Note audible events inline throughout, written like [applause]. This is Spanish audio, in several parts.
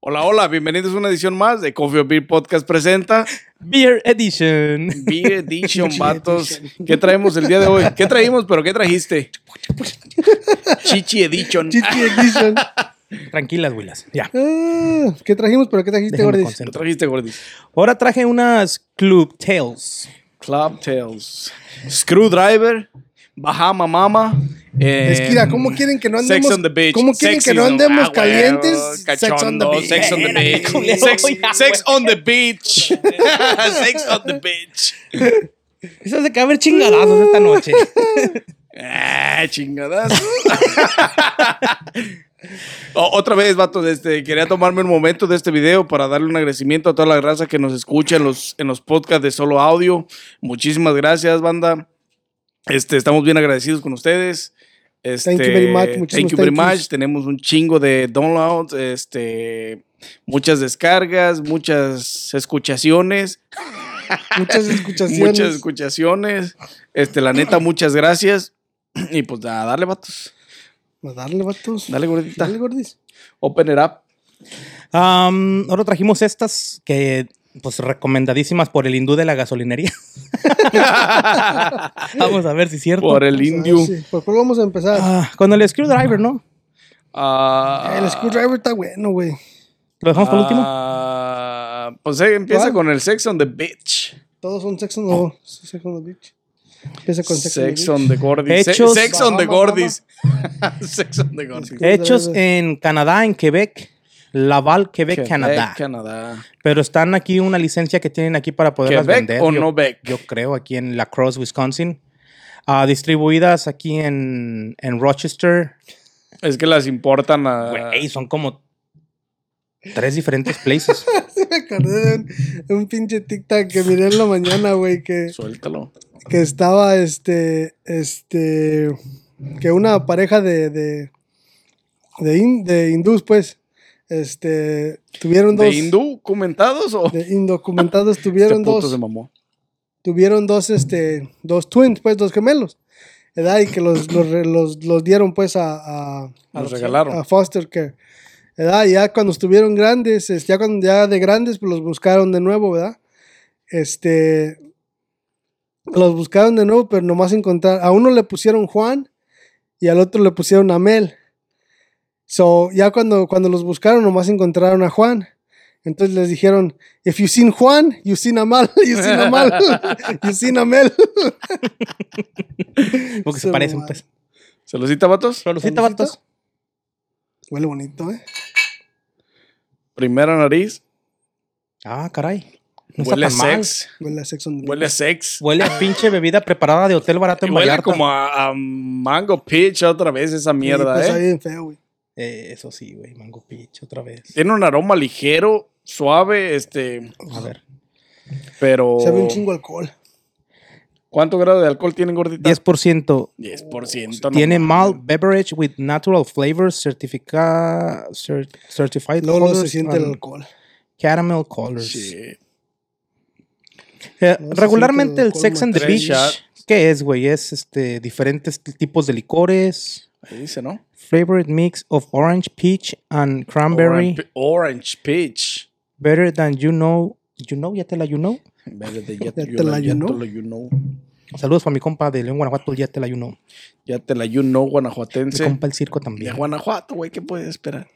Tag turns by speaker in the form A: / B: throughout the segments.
A: Hola, hola, bienvenidos a una edición más de Coffee or Beer Podcast presenta
B: Beer Edition.
A: Beer Edition, vatos. ¿Qué traemos el día de hoy? ¿Qué traímos, pero qué trajiste? Chichi Edition.
C: Chichi Edition.
B: Tranquilas, Willas. Ya.
C: Ah, ¿Qué trajimos? ¿Pero qué trajiste,
B: Déjame
C: Gordis?
A: ¿Qué
B: concentrar.
A: trajiste, Gordis?
B: Ahora traje unas Club Tales.
A: Club Tales. Screwdriver. Bahama Mama. eh,
C: Es que mira, ¿cómo quieren que no andemos-
A: Sex on the beach.
C: cómo quieren que no
A: Sexy zone.
C: andemos
A: Ah,
C: calientes?
A: güey,
C: Sex on the
A: cachondo,
C: beach.
A: Sex on the
B: Era que
A: beach.
B: culero,
A: Sex,
B: ya,
A: sex on the beach. [laughs] sex on the beach.
B: Esas de que va a haber chingadazos esta noche.
A: Ah, chingadas. [laughs] O- Otra vez, vato, este, quería tomarme un momento de este video para darle un agradecimiento a toda la raza que nos escucha en los, en los podcasts de solo audio. Muchísimas gracias, banda. Este, estamos bien agradecidos con ustedes. Este,
C: Thank you very much,
A: Thank
C: muchísimos
A: you very
C: thank
A: much.
C: yous.
A: Tenemos un chingo de downloads, este, muchas descargas, muchas escuchaciones. [laughs]
C: Muchas escuchaciones.
A: Muchas escuchaciones. Este, la neta, muchas gracias. Y pues nada, dale, vatos.
C: A darle, Pues vatos.
A: Dale, gordita.
C: Dale, Gordis.
A: Open it up.
B: [laughs] Am, ahora trajimos estas que, pues, recomendadísimas por el hindú de la gasolinería. [laughs] Vamos a ver si es cierto.
A: Por el indio.
C: Ah, sí. ¿Por cuál vamos a empezar?
B: Ah, con el screwdriver, ¿no?
A: Ah,
C: el screwdriver está bueno, güey.
B: Lo dejamos por último.
A: ah, pues eh, empieza
C: ¿Cuál?
A: con el Sex on the Bitch.
C: Todos son sexo no. Sex on the beach. Empieza con sex,
A: Oh. Sex
C: on the
A: on
C: beach.
A: the Gordis. Se-
B: Hechos-
A: Sex on the
C: Mamá, mamá.
A: Gordis. [laughs] Sex on the Gordis.
C: Screwdriver.
B: Hechos en Canadá, en Quebec. Laval, Quebec,
A: Quebec,
B: Canadá.
A: Canadá.
B: Pero están aquí una licencia que tienen aquí para poderlas
A: Quebec
B: vender.
A: o
B: yo,
A: no Bec?
B: Yo creo aquí en La Crosse, Wisconsin. Ah, distribuidas aquí en, en Rochester.
A: Es que las importan a.
B: Güey, son como tres diferentes
A: [laughs]
B: places.
C: Me [laughs] acordé de un, de un pinche tic-tac que miré en la mañana, güey, que,
A: Suéltalo.
C: que estaba este. Este. Que una pareja de. de. de, hin- de hindús, pues. Este. Tuvieron dos.
A: ¿De hindú comentados o.?
C: de indocumentados
A: Este
C: tuvieron
A: puto
C: dos
A: se mamó.
C: tuvieron dos este dos twins pues dos gemelos ¿verdad? y que los, los, re- los, los dieron pues a, a,
A: Los regalaron.
C: a foster care ¿verdad? y ya cuando estuvieron grandes este, ya cuando ya de grandes pues los buscaron de nuevo verdad este los buscaron de nuevo pero nomás encontrar a uno le pusieron Juan y al otro le pusieron Amel so ya cuando cuando los buscaron nomás encontraron a Juan entonces les dijeron, if you seen Juan, you seen Amal, [laughs] you
A: [laughs]
C: seen Amal, you seen Amel.
B: Porque se
C: Se
B: parecen,
C: mamaron.
B: pues.
A: ¿Se los cita, vatos?
B: Salucita, vatos.
C: Huele bonito, ¿eh?
A: Primera nariz.
B: Ah, caray. No
A: Huele a
B: está tan mal.
A: sex.
C: Huele a sexo.
A: Huele a sex.
B: Huele a pinche bebida preparada de hotel barato
A: Y
B: en
A: Huele
B: Vallarta.
A: como a, a mango peach otra vez esa mierda,
C: pues,
A: ¿eh?
C: ahí bien feo, güey.
B: Eh, eso sí, güey. Mango picho otra vez.
A: Tiene un aroma ligero, suave, este,
B: A ver.
A: pero...
C: Sabe un chingo alcohol.
A: ¿Cuánto grado de alcohol tienen, gordita?
B: 10%.
A: 10%. no
B: Tiene
A: mames.
B: malt beverage with natural flavors certifica, cer- certified
C: Luego, luego se
B: colors
C: siente el
B: and
C: alcohol.
B: caramel colors.
A: Sí.
B: Eh,
C: No se
B: regularmente
C: siente el
B: el Sex
C: alcohol,
B: and the
A: tres
B: Beach,
A: shots.
B: ¿qué es, güey? Es este, diferentes t- tipos de licores.
A: Ahí dice, ¿no?
B: Flavored mix of orange, peach and cranberry.
A: Oran- pe- Orange, peach.
B: Better than you know. You know, ya te la you know.
A: Verde de Ya
C: Ya te la you know.
A: you know.
B: Saludos para mi compa de León Guanajuato, el ya te la you know.
A: Ya te la you know,
B: Mi
A: guanajuatense.
B: compa el circo
A: De
B: también.
A: Guanajuato, güey, ¿qué puedes esperar?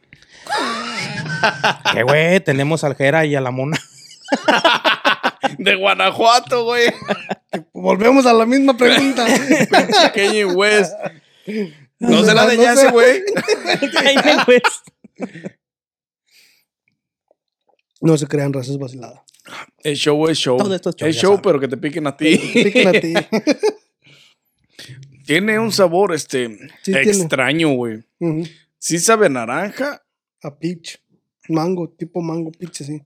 B: Que güey, tenemos al Jera y a la [laughs] mona.
A: De Guanajuato, güey.
C: Volvemos a la
A: [laughs]
C: misma pregunta.
A: Kanye West. No
C: No
A: se
C: se
A: la
C: va,
A: de
C: no
A: ya
C: se
A: ese,
C: va.
A: güey.
B: Kanye West.
C: no se crean razas vaciladas.
A: El show es show.
B: Todo esto es show,
A: es
B: ya
A: show,
B: saben.
A: pero que te piquen a ti.
C: Piquen
A: [laughs]
C: a ti.
A: tiene un sabor, este,
C: Sí, tiene.
A: extraño, güey.
C: Ujú.
A: Sí sabe a naranja.
C: A peach. Mango, tipo mango peach, sí.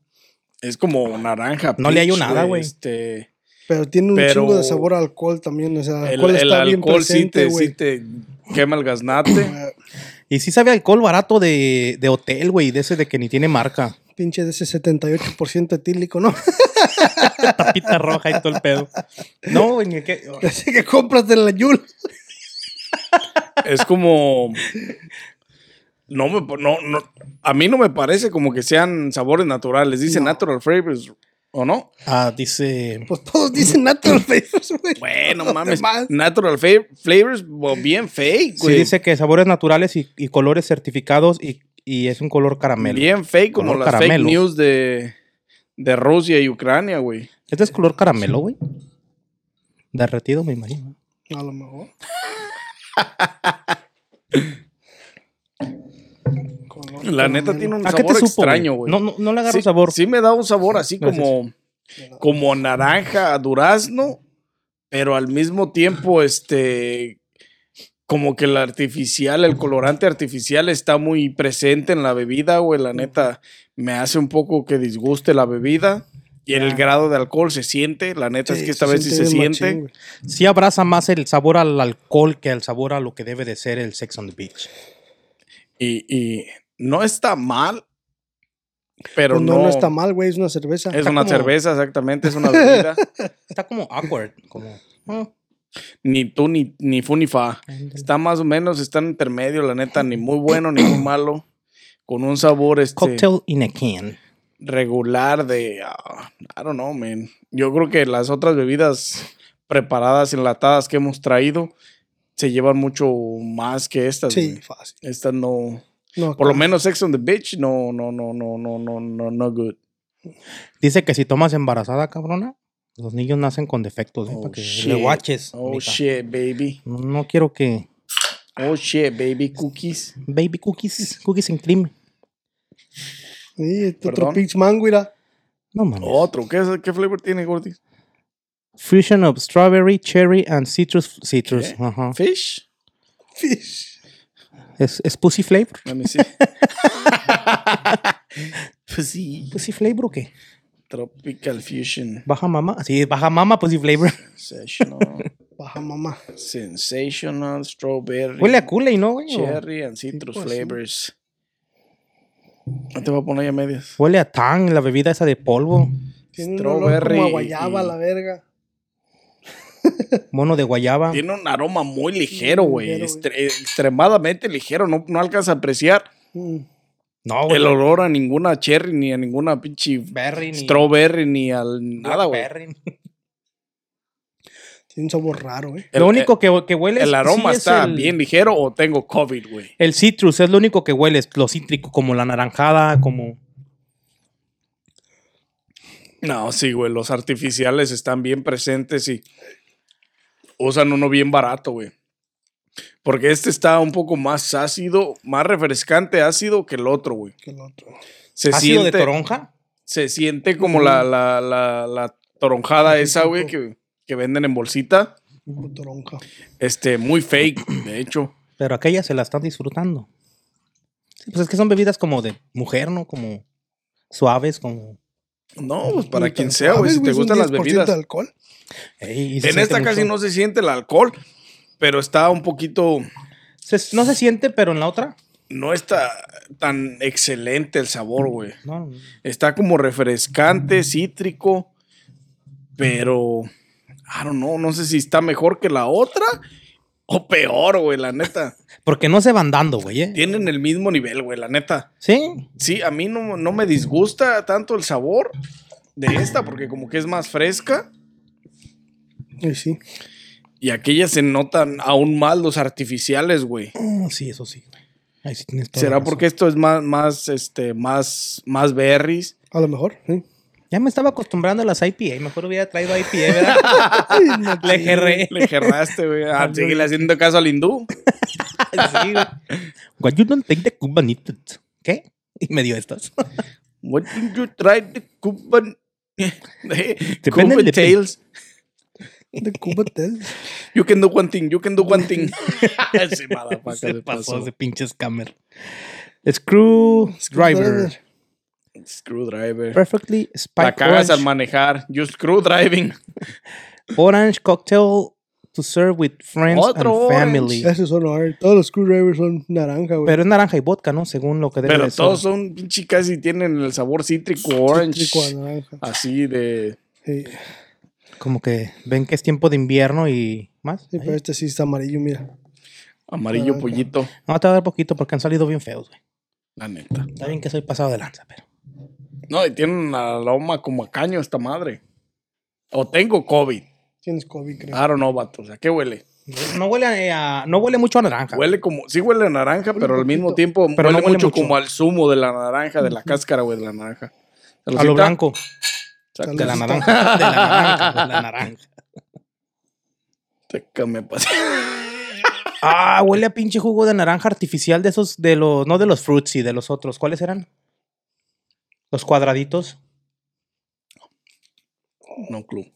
A: Es como naranja.
B: No le hallo
A: peach,
B: nada, güey.
A: Este,
C: Pero tiene un
A: Pero-
C: chingo de sabor a alcohol también. O sea,
A: el,
C: alcohol
A: el
C: está bien
A: alcohol sí
C: presente,
A: te,
C: güey.
A: sí te quema el gaznate.
C: Eh,
B: Y sí sabe a alcohol barato de, de hotel, güey, de ese de que ni tiene marca.
C: Pinche de ese 78% etílico, ¿no? [laughs]
B: Tapita roja y todo el pedo. No, güey, ni que-
C: Ese que compras en la Yul.
A: es como. No, me, no, no, a mí no me parece como que sean sabores naturales. Dice natural flavors, ¿o no?
B: Ah, dice.
C: Pues todos dicen natural flavors, [laughs] güey.
A: Bueno,
C: No,
A: mames.
C: demás.
A: Natural fa- flavors, bo- bien fake,
B: Sí,
A: güey.
B: dice que sabores naturales y, y colores certificados y, y es un color caramelo.
A: Bien fake, como
B: Color
A: las
B: caramelo.
A: fake news de, de Rusia y Ucrania, güey.
B: Este es color caramelo, güey. Derretido, me imagino.
C: A lo mejor. Color
A: La neta
C: caramelo.
A: tiene un
B: ¿A qué
A: sabor
B: te supo?
A: extraño,
B: güey?
A: güey.
B: No, no, no le agarro
A: sí,
B: sabor.
A: Sí me da un sabor así
B: Gracias.
A: como, como naranja, a durazno, pero al mismo tiempo, este, como que el artificial, el colorante artificial está muy presente en la bebida, güey. La neta, me hace un poco que disguste la bebida. Y en el
C: Ya.
A: grado de alcohol se siente, la neta es que esta vez sí se
C: bien
A: siente.
C: machín, güey.
B: Sí abraza más el sabor al alcohol que al sabor a lo que debe de ser el Sex on the Beach.
A: y, y no está mal, pero
C: Pues
A: no,
C: no, no está mal, güey, es una cerveza.
A: Es
B: Está
A: una
B: como-
A: cerveza, exactamente, es una
C: [laughs]
A: bebida.
B: Está como awkward, como... ah,
A: ni tú ni, ni fu ni fa.
B: ándale.
A: Está más o menos, está en intermedio, la neta, ni muy bueno ni muy malo. Con un sabor este
B: Cocktail in a can.
A: regular de. ah, I don't know, man. Yo creo que las otras bebidas preparadas, enlatadas que hemos traído, se llevan mucho más que estas.
C: Sí,
A: güey.
C: fácil.
A: Estas no.
C: No,
A: Por lo
C: claro.
A: menos Sex on the Beach, no, no, no, no, no, no, no, no good.
B: Dice que si tomas embarazada, cabrona, los niños nacen con defectos. ¿eh?
A: Oh,
B: para que
A: shit.
B: le guaches.
A: Oh
B: mija.
A: shit, baby.
B: No, no quiero que...
A: Oh shit, baby. Cookies.
B: Baby cookies, cookies sin cream.
C: Sí, este otro
A: Perdón.
C: pitch mango, mira. [laughs]
B: No mames.
A: Otro. ¿Qué, qué flavor tiene, Gordy?
B: Fusion of strawberry, cherry and citrus. Citrus,
A: ¿Qué?
B: ajá.
A: Fish.
C: Fish.
B: ¿Es, es pussy flavor?
A: Let me see. pues sí.
B: ¿Pussy flavor o qué?
A: Tropical Fusion
B: ¿Baja mama? Sí, baja mama, pussy flavor.
A: Sensational,
C: Baja mamá.
A: sensational Strawberry
B: [laughs] Huele a Kool-Aid, ¿no, güey?
A: Cherry and Citrus
C: Tipo así.
A: Flavors No te voy a poner ya medias
B: Huele a tang, la bebida esa de polvo.
C: Tiene un olor
A: Strawberry
C: como a
A: y-
C: guayaba, la verga.
B: Mono de guayaba.
A: Tiene un aroma muy ligero, güey
C: ligero,
A: estre- Extremadamente ligero No, no alcanza a apreciar
C: Mm.
B: No, güey.
A: el olor a ninguna cherry Ni a ninguna pinche
B: Berry. ni-
A: strawberry Ni al nada, güey
B: Blackberry.
C: Tiene un sabor raro, eh.
B: Lo
A: El- e-
B: único que, que huele es-
A: El aroma
B: sí es
A: está
B: el-
A: bien ligero o tengo COVID, güey.
B: El citrus es lo único que huele, es lo cítrico, como la naranjada, como.
A: No, sí, güey. Los artificiales están bien presentes y usan uno bien barato, güey. Porque este está un poco más ácido, más refrescante ácido que el otro, güey.
C: Que el otro.
A: Se
B: ácido
A: siente,
B: de toronja.
A: Se siente como la, la, la, la toronjada esa, güey, que, que venden en bolsita.
C: Un toronja.
A: Este, muy fake, de hecho.
B: Pero aquella se la están disfrutando. Sí, pues es que son bebidas como de mujer, ¿no? Como suaves, como.
A: No, pues para
C: Ni tan
A: quien sea, güey.
C: suave,
A: Si te
C: es un
A: gustan las
C: 10%
A: bebidas.
C: de alcohol.
B: Ey, y se
A: En
B: siente
A: esta casi
B: mucho.
A: no se siente el alcohol, pero está un poquito,
B: Se- no se siente, pero en la otra.
A: no está tan excelente el sabor, güey.
B: No, no.
A: Está como refrescante, cítrico, pero, I don't know, no sé si está mejor que la otra o peor, güey, la neta.
B: Porque no se van dando, güey. ¿eh?
A: Tienen el mismo nivel, güey, la neta.
B: Sí.
A: Sí, a mí no, no me disgusta tanto el sabor de esta porque como que es más fresca.
C: Y sí.
A: Y aquellas se notan aún más los artificiales, güey.
B: Ah, sí, eso sí. Ahí sí tienes toda la
A: ¿Será
B: razón.
A: porque esto es más, más, este, más, más berries?
C: A lo mejor, sí.
B: Ya me estaba acostumbrando a las IPA. Mejor hubiera traído IPA,
A: [laughs]
B: ¿verdad? [laughs] Le gerré.
A: Le gerraste, güey. Ah,
B: Ándale.
A: síguele haciendo caso al hindú.
B: Sí, güey. Why you don't take the Cuban it? ¿Qué? Y me dio estas. [laughs]
A: What did you try the Cuban...
B: Depende
A: Cuban
B: del-
A: tales.
C: De Cubatel.
A: [laughs] You can do one thing, you can do one
B: [laughs]
A: thing. Ese motherfucker
B: Se
A: se
B: pasó
A: pasó.
B: ese pinche scammer. Screwdriver.
A: Screwdriver.
B: Perfectly
A: La
B: spiked
A: cagas al
B: orange,
A: manejar. You screwdriving.
B: orange cocktail to serve with friends
A: Otro
B: and family.
C: Esos son orange. Todos los screwdrivers son naranja, güey.
B: Pero es naranja y vodka, ¿no? Según lo que debe
A: Pero
B: de ser.
A: todos son pinche casi tienen el sabor cítrico orange.
C: Cítrico a naranja.
A: Así de...
C: Sí.
B: Como que ven que es tiempo de invierno y más.
C: pues. Sí, pero este sí está amarillo, mira.
A: Amarillo pollito.
B: No, te voy a dar poquito porque han salido bien feos, güey.
A: La neta.
B: Está bien que soy pasado de lanza, pero.
A: No, y tiene una loma como a caño esta madre. O tengo COVID.
C: Tienes COVID, creo.
A: I don't know, vato. O sea, ¿qué huele?
B: No huele a, eh, a- no huele mucho a naranja.
A: Huele como, sí huele a naranja, pero al mismo
C: poquito.
A: tiempo
B: Pero
A: huele,
B: no huele
A: mucho,
B: mucho.
A: como al zumo de la naranja, de la cáscara, güey, de la naranja.
B: a lo
A: Saludcita.
B: blanco.
A: Saca-
B: De la naranja. De la naranja. De la naranja.
A: sácame pa-
B: Ah, huele a pinche jugo de naranja artificial de esos, de los, no de los fruits y de los otros. ¿Cuáles eran? Los cuadraditos.
A: [laughs] No, club.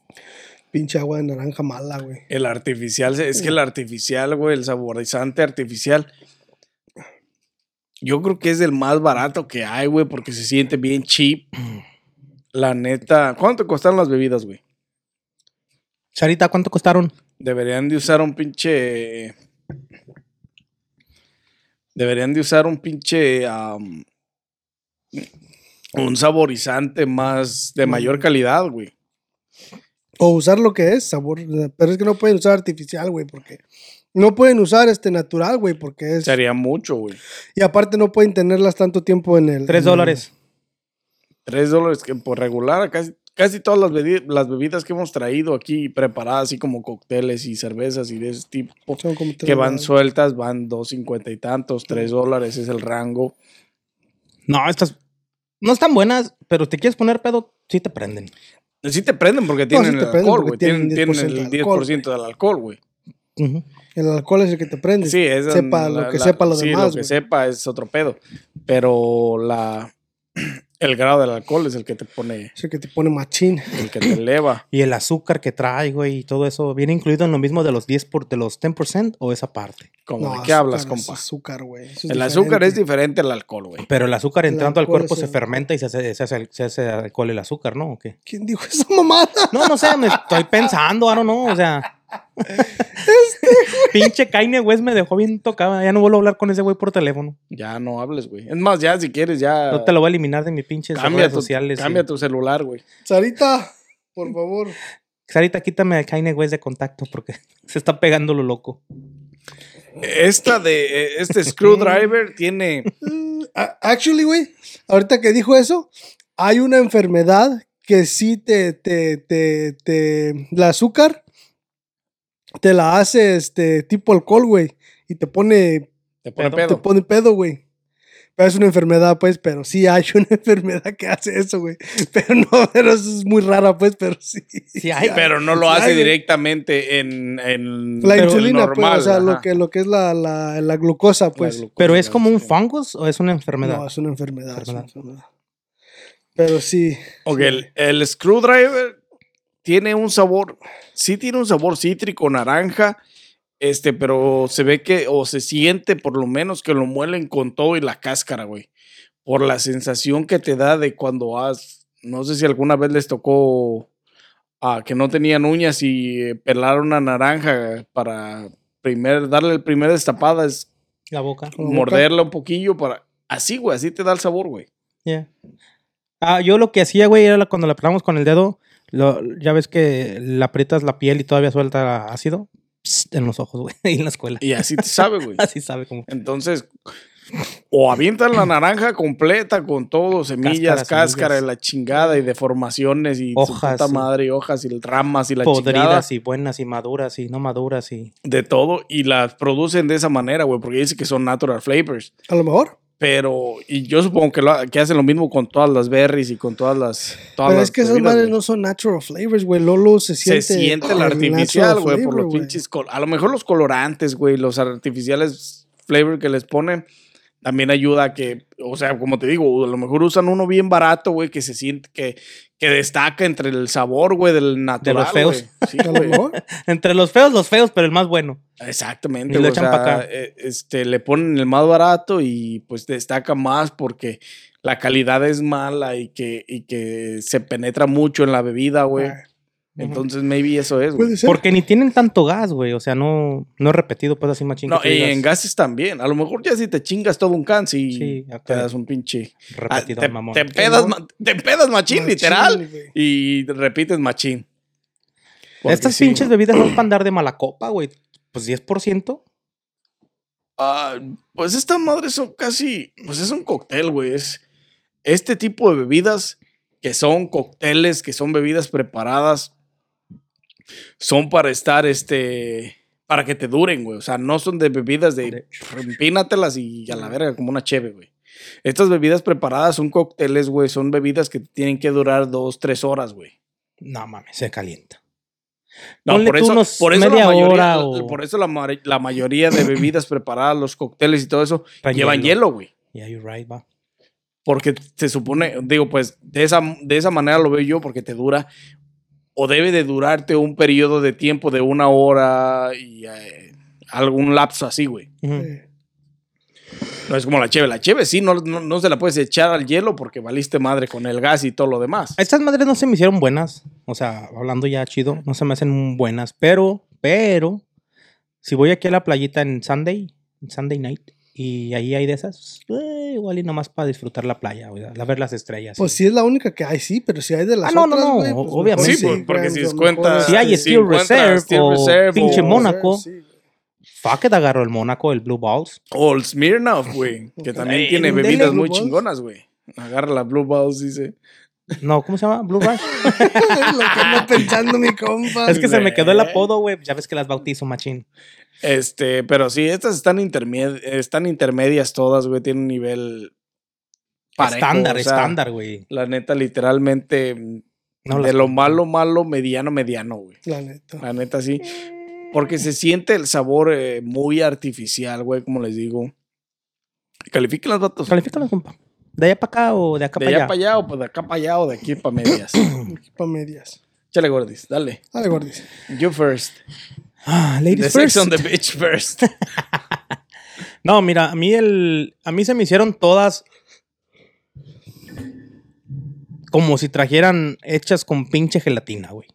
C: Pinche agua de naranja mala, güey.
A: El artificial, es que el artificial, güey, el saborizante artificial. Yo creo que es el más barato que hay, güey, porque se siente bien cheap. La neta. ¿Cuánto costaron las bebidas, güey?
B: Charita, ¿cuánto costaron?
A: Deberían de usar un pinche. Deberían de usar un pinche. am, un saborizante más. de mayor calidad, güey.
C: O usar lo que es, sabor. Pero es que no pueden usar artificial, güey, porque. No pueden usar este natural, güey, porque es.
A: Sería mucho, güey.
C: Y aparte no pueden tenerlas tanto tiempo en el.
B: Tres
C: en el-
B: dólares.
A: Tres dólares que por regular, casi, casi todas las, bebi- las bebidas que hemos traído aquí preparadas, así como cócteles y cervezas y de ese tipo,
C: Son como tres
A: que van
C: dólares.
A: sueltas, van dos cincuenta y tantos, tres dólares es el rango.
B: No, estas no están buenas, pero te quieres poner pedo, sí te prenden.
A: Sí te prenden porque
C: No, sí
A: tienen
C: te
A: el
C: prenden
A: alcohol,
C: porque
A: güey. Tienen,
C: tienen
A: tienen
C: 10%
A: el
C: de alcohol,
A: 10% del alcohol, güey.
B: Ujú.
C: El alcohol es el que te prende.
A: Sí, es
C: Sepa
A: la-
C: lo que
A: la-
C: sepa lo
A: sí,
C: demás.
A: Lo que
C: güey.
A: sepa es otro pedo. Pero la [clears throat] el grado del alcohol es el que te pone,
C: Es el que te pone machín.
A: el que te eleva.
B: Y el azúcar que trae, güey, y todo eso, ¿viene incluido en lo mismo de los 10 por, de los 10% o esa parte?
A: Como de qué
C: azúcar,
A: hablas,
C: es
A: compa.
C: Azúcar, güey. Eso es
A: el azúcar es
C: diferente.
A: diferente al alcohol, güey.
B: Pero el azúcar
C: El
B: entrando al
C: alcohol
B: cuerpo
C: es
B: se
C: el-
B: fermenta y se hace, se hace, se hace alcohol el azúcar, ¿no? ¿O qué?
C: ¿Quién dijo esa mamada?
B: No, no sé, me estoy pensando, ahora no, o sea.
C: Este
B: Pinche Kanye West me dejó bien tocada. Ya no vuelvo a hablar con ese güey por teléfono.
A: Ya no hables, güey. Es más, ya si quieres,
C: Ah.
A: ya.
B: No te lo voy a eliminar de mis pinches
A: cambia
B: redes
A: tu,
B: sociales.
A: cambia
B: y-
A: tu celular, güey.
C: Sarita, por favor.
B: Sarita, Pues quítame a Kanye West de contacto porque [laughs] se está pegando lo loco.
A: Esta de. eh, Este screwdriver
C: [laughs]
A: tiene.
C: Mm, a- Actually, güey, ahorita que dijo eso, hay una enfermedad que sí te, te, te, te, la azúcar te la hace este tipo alcohol, güey, y te pone,
A: Te pone
B: Pero
C: te
A: pedo.
C: pone pedo, güey. Pero es una enfermedad, pues, pero sí hay [laughs] una enfermedad que hace eso, güey. Pero no, [laughs] pero eso es muy rara, pues, pero sí.
B: Sí hay,
A: Pero no lo
C: Sí,
A: hace
C: güey.
A: directamente en. en
C: [laughs] La
A: el
C: insulina, pues, o sea, lo
A: ajá.
C: que, lo que es la, la, la glucosa, pues.
A: La
B: ¿Pero
A: glucosa,
B: es como un
A: sí.
B: fungus o es una enfermedad?
C: No, es una enfermedad, es una
B: Enfermedad.
C: enfermedad. Pero sí.
A: Ok,
C: sí.
A: el, el screwdriver tiene un sabor, sí tiene un sabor cítrico, naranja, este, pero se ve que, o se siente por lo menos que lo muelen con todo y la cáscara, güey. Por la sensación que te da de cuando has, no sé si alguna vez les tocó a que no tenían uñas y eh, pelar una naranja para primer, darle el primer destapada, es
B: La boca.
C: la boca.
A: morderla un poquillo para... Así, güey, así te da el sabor, güey.
B: ya. Ah, yo lo que hacía, güey, era la- cuando la apretamos con el dedo, lo- ya ves que la aprietas la piel y todavía suelta ácido Psst, en los ojos, güey, [laughs] en la escuela.
A: Y así te sabe, güey.
B: Así sabe como.
A: Entonces, o avientan la naranja completa con todo, semillas,
B: Cáscara,
A: cáscara,
B: semillas.
A: y la chingada y deformaciones y su
B: Hojas,
A: puta
B: sí.
A: madre y hojas y ramas y la chingada
B: Podridas y buenas y maduras y no maduras y. [laughs]
A: de todo y las producen de esa manera, güey, porque dice que son natural flavors.
C: A lo mejor.
A: Pero, y yo supongo que, lo ha- que hacen lo mismo con todas las berries y con todas las. Todas
C: Pero
A: las
C: es que esas
A: bebidas,
C: madres
A: güey.
C: no son natural flavors, güey. Lolo se
A: se
C: siente.
A: siente el
C: el
A: artificial,
C: natural
A: güey, por
C: flavor,
A: los
C: güey.
A: pinches. col- A lo mejor los colorantes, güey, los artificiales flavor que les ponen, también ayuda a que, o sea, como te digo, a lo mejor usan uno bien barato, güey, que se siente, que, que destaca entre el sabor, güey, del natural.
B: feos.
A: güey. Sí,
C: [laughs] A lo
A: güey.
C: mejor.
B: Entre los feos, los feos, pero el más bueno.
A: Exactamente,
B: Y lo
A: güey, o
B: echan
A: sea,
B: pa' acá.
A: eh, este, le ponen el más barato y pues destaca más porque la calidad es mala y que, y que se penetra mucho en la bebida, güey.
C: Ah,
A: Entonces, maybe eso es, güey.
C: Puede ser.
B: Porque ni tienen tanto gas, güey. O sea, no, no he repetido, pues así machín.
A: No,
B: que tú
A: y
B: digas,
A: en gases también. A lo mejor ya si te chingas todo un can, si
B: Sí, acá.
A: te das un pinche. Ah,
B: Repetido,
A: te,
B: mamón.
A: te pedas, ma- te pedas machín,
C: Machín,
A: literal.
C: Ah, güey.
A: Y repites machín. Porque
B: Estas
A: sí,
B: pinches bebidas no es para andar de mala copa, güey. Pues 10%.
A: Ah, pues esta madre son casi, pues es un cóctel, güey. Es este tipo de bebidas que son cócteles, que son bebidas preparadas, son para estar, este, para que te duren, güey. O sea, no son de bebidas de empínatelas y a la verga como una cheve, güey. Estas bebidas preparadas son cócteles, güey. Son bebidas que tienen que durar dos, tres horas, güey.
B: No mames, se calienta.
A: No,
B: Ponle
A: por
B: tú
A: eso,
B: unos
A: por eso
B: media
A: la mayoría,
B: hora
A: la-
B: o-
A: por eso la, ma- la mayoría
B: [clears throat]
A: de bebidas preparadas, los cócteles y todo eso, llevan hielo, güey.
B: Yeah, you're right, va.
A: Porque se supone, digo, pues de esa, de esa manera lo veo yo, porque te dura, o debe de durarte un periodo de tiempo de una hora y eh, algún lapso así, güey.
B: Ujú.
C: Eh,
A: No es como la cheve. La cheve sí, no, no, no se la puedes echar al hielo porque valiste madre con el gas y todo lo demás.
B: Estas madres no se me hicieron buenas. O sea, hablando ya chido, no se me hacen buenas. Pero, pero, si voy aquí a la playita en Sunday, en Sunday night, y ahí hay de esas, eh, igual y nomás para disfrutar la playa, güey, a ver las estrellas.
C: Pues
B: y-
C: sí es la única que hay, sí, pero si hay de las
B: Ah, no, no,
C: otras,
B: no,
C: güey, pues,
B: o- obviamente.
C: mejor
A: Sí, pues, porque
C: Grand,
A: si
C: a lo
A: descuentas-
C: mejor,
B: Si hay
C: este,
B: Steel
A: encuentras
B: Reserve
A: Steel
B: o
A: Reserve
B: pinche
A: o-
B: Mónaco,
C: sí, güey. [laughs]
B: fuck it, agarro el Mónaco, el Blue Balls.
A: O el Smirnoff, güey, que también
B: Ey,
A: tiene
B: dele,
A: bebidas
C: Blue
A: muy
C: Balls.
A: chingonas, güey. Agarra la Blue Balls, dice.
B: No, ¿cómo se llama? Blue
C: [laughs]
B: Rush.
C: lo
B: [laughs]
C: que anda pensando mi compa.
B: es que se me quedó el
A: Güey.
B: apodo, güey. Ya ves que las bautizo, machín.
A: Este, pero sí, estas están, intermed- están intermedias todas, güey. Tienen un nivel parejo,
B: estándar,
A: o sea,
B: estándar, güey.
A: La neta, literalmente, mm,
B: No,
A: de
B: las-
A: lo malo, malo, mediano, mediano, güey.
C: La neta.
A: La neta, sí. Porque se siente el sabor eh, muy artificial, güey, como les digo. Califiquen las datos.
B: Califícalo, compa. ¿De allá para acá o de acá
A: De
B: para
A: allá
B: allá?
A: para allá, o pues, de acá para allá, o de aquí para
B: [clears throat]
A: medias.
C: Pa' medias.
A: Chale, gordis, dale.
C: Dale, gordis.
A: You first.
B: Ah,
A: the
B: ladies
A: sex
B: first.
A: on the beach first.
B: No, mira, a mí el, a mí se me hicieron todas como si trajeran hechas con pinche gelatina, güey.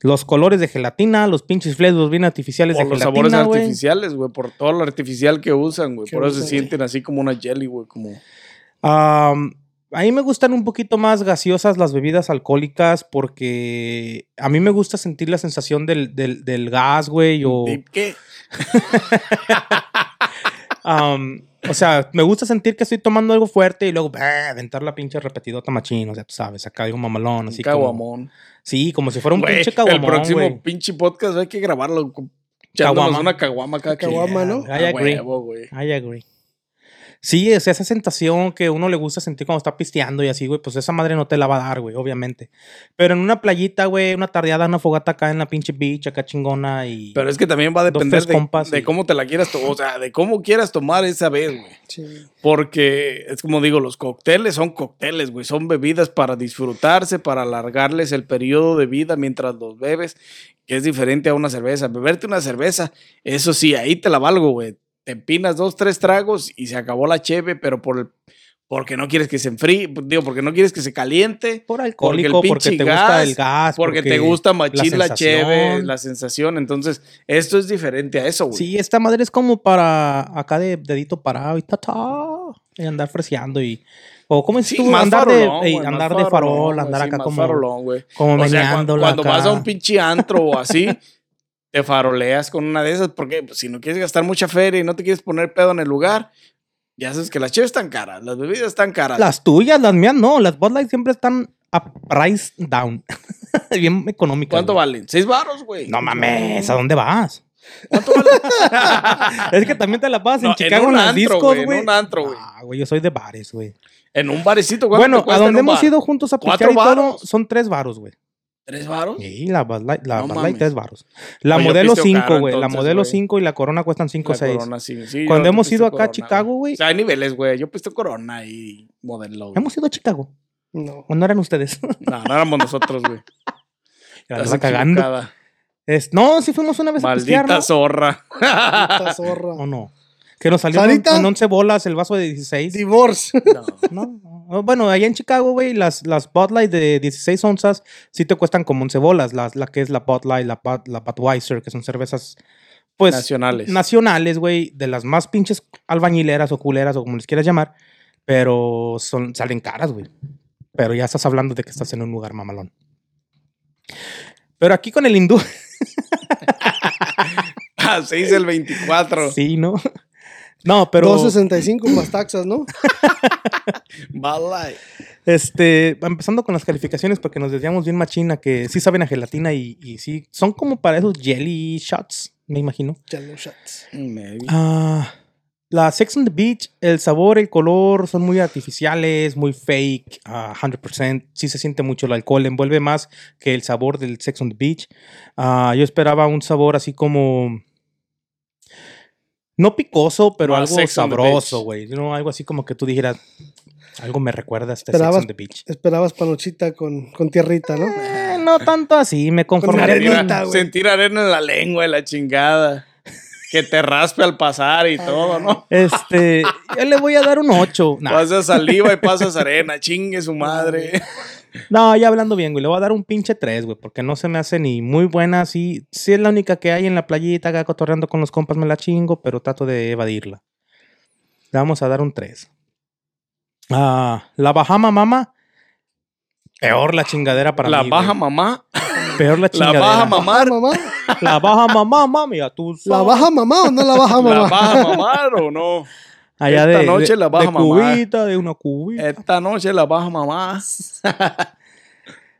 B: Los colores de gelatina, los pinches flecos bien artificiales
A: por
B: de
A: los
B: gelatina,
A: sabores
B: güey.
A: artificiales, güey, por todo lo artificial que usan, güey.
C: Que
A: Por eso se
C: usan,
A: sienten así como una jelly, güey, como...
B: Am, a mí me gustan un poquito más gaseosas las bebidas alcohólicas porque a mí me gusta sentir la sensación del, del- del gas, güey, o...
A: ¿Y qué?
B: Am, o sea, me gusta sentir que estoy tomando algo fuerte y luego bah, aventar la pinche repetidota machín, o sea, tú sabes, acá digo mamalón, así
A: Un
B: como...
A: caguamón.
B: Sí, como si fuera un
A: Güey,
B: pinche
A: el
B: caguamón,
A: próximo
B: güey.
A: pinche podcast hay que grabarlo. con- Echándonos
B: Caguama.
A: una caguama cada quien.
C: Caguama, ¿no?
B: I
A: A
B: agree.
A: huevo, güey.
B: I agree. Sí, es esa sensación que uno le gusta sentir cuando está pisteando y así, güey, pues esa madre no te la va a dar, güey, obviamente. Pero en una playita, güey, una tardeada, una fogata acá en la pinche beach, acá chingona y...
A: Pero es que también va a
B: Dos,
A: depender
B: tres
A: de,
B: compas
A: de
B: y-
A: cómo te la quieras tomar. O sea, de cómo quieras tomar esa vez, güey.
C: Sí.
A: Porque es como digo, los cócteles son cócteles, güey. Son bebidas para disfrutarse, para alargarles el periodo de vida mientras los bebes, que es diferente a una cerveza. Beberte una cerveza, eso sí, ahí te la valgo, güey. Te empinas dos, tres tragos y se acabó la cheve, pero por el- porque no quieres que se enfríe, digo, porque no quieres que se caliente,
B: Por alcohólico, porque,
A: pinche
B: te
A: gas,
B: gusta el gas.
A: porque, te gusta
B: la
A: machín la, cheve,
B: sensación.
A: la sensación. Entonces, esto es diferente a eso, güey.
B: Sí, esta madre es como para acá de dedito parado y ta ta y andar freseando y o cómo es
A: Sí,
B: tú andar
A: farolón,
B: de ey,
A: güey, más
B: andar de
A: farolón,
B: farol,
A: güey,
B: andar
A: sí,
B: acá
A: más
B: como
A: farolón, güey.
B: como
A: O sea, cuan-
B: meneándolo
A: cuando, vas
B: acá.
A: a un pinche antro o
B: [laughs]
A: así, te faroleas con una de esas, porque pues, si no quieres gastar mucha feria y no te quieres poner pedo en el lugar, ya sabes que las cheves están caras, las bebidas están caras.
B: Las tuyas, las mías no, las Bud Light siempre están a price down. [laughs] Bien económicas.
A: ¿Cuánto
B: güey.
A: valen? ¿Seis baros, güey?
B: No mames, ¿a dónde vas?
A: ¿Cuánto valen?
B: [laughs] Es que también te la pasas
A: No,
B: en Chicago en,
A: un
B: los
A: antro,
B: discos,
A: güey,
B: güey.
A: En un antro, güey.
B: Ah, güey, yo soy de bares, güey.
A: En un barecito, ¿cuánto
B: Bueno,
A: te
B: a
A: cuesta en
B: donde
A: un
B: hemos
A: bar?
B: ido juntos a
A: ¿Cuatro
B: pistear y todo,
A: varos?
B: son tres varos, güey.
A: ¿Tres baros?
B: Sí, la Bud Light, la
A: No
B: Bud
A: mames.
B: Light es baros. La
A: Oye, yo
B: modelo
A: pisteo
B: 5,
A: caro,
B: güey. La
A: entonces,
B: modelo
A: güey.
B: 5 y la Corona cuestan 5 o
A: La
B: 6.
A: Corona, sí, sí,
B: Cuando
A: yo
B: hemos
A: pisto
B: ido acá a
A: Corona,
B: Chicago, güey.
A: O sea, hay niveles, güey. Yo pisto Corona y modelo. güey.
B: Hemos ido a Chicago.
C: No.
B: [laughs] ¿O no
A: [laughs]
B: eran ustedes?
A: No, no éramos nosotros,
B: [laughs]
A: güey.
B: Ya
A: Estás
B: la cagando.
A: equivocada.
B: Es- no, sí fuimos una vez a
A: Maldita
B: pistear, ¿no?
A: zorra.
C: Puta zorra.
B: ¿O no? Que nos salió en,
C: ¿Sarita?
B: en 11 bolas el vaso de 16.
C: Divorce.
A: No.
B: [laughs] [laughs] No, no, bueno, allá en Chicago, güey, las, las Bud Light de 16 onzas sí te cuestan como 11 bolas. Las, la que es la Bud Light, la, Bud- la Budweiser, que son cervezas, pues,
A: Nacionales.
B: nacionales, güey, de las más pinches albañileras o culeras o como les quieras llamar, pero son, salen caras, güey. Pero ya estás hablando de que estás en un lugar mamalón. Pero aquí con el hindú,
A: 6 del 24.
B: [laughs] Sí, ¿no? No, pero
C: 2.65 más taxas, ¿no?
A: Bala.
B: este, empezando con las calificaciones, porque nos desviamos bien machina, que sí saben a gelatina y, y sí, son como para esos jelly shots, me imagino.
C: Jello shots.
A: Maybe.
B: Ah, la Sex on the Beach, el sabor, el color son muy artificiales, muy fake, ah, 100%. Sí se siente mucho el alcohol, envuelve más que el sabor del Sex on the Beach. Ah, yo esperaba un sabor así como. No picoso, pero
A: Más
B: algo
A: Sex on the
B: sabroso,
A: Beach.
B: güey. You know, algo así como que tú dijeras. Algo me recuerda a este Sex
C: Esperabas-
B: on the Beach.
C: Esperabas panochita con, con tierrita, ¿no?
B: Eh, no tanto así, me conformaré.
A: Sentir,
C: arenita,
B: con-
A: a-
C: güey.
A: sentir arena en la lengua y la chingada. Que te raspe al pasar y todo, ¿no?
B: Este, yo le voy a dar un 8.
A: Pasas saliva y
B: [laughs]
A: pasas arena, chingue su madre.
B: No, ya hablando bien, güey, le voy a dar un pinche 3, güey, porque no se me hace ni muy buena. Sí, sí es la única que hay en la playita, acá cotorreando con los compas, me la chingo, pero trato de evadirla. Le vamos a dar un 3. Ah, la Bahama Mama, peor la chingadera para
A: la
B: mí. güey.
A: baja mamá.
B: Peor la
A: La
B: chingadera.
A: baja
C: ¿La
A: mamar.
C: mamá?
B: La Baja Mamá, mami, a tu
C: ¿La baja mamá o no la baja mamá?
A: [laughs] La baja mamar o no.
B: Allá
A: Esta
B: de,
A: noche
B: de-
A: la Baja
B: de
A: Mamá.
B: cubita, de una cubita.
A: Esta noche la baja
B: [laughs]
A: mamá.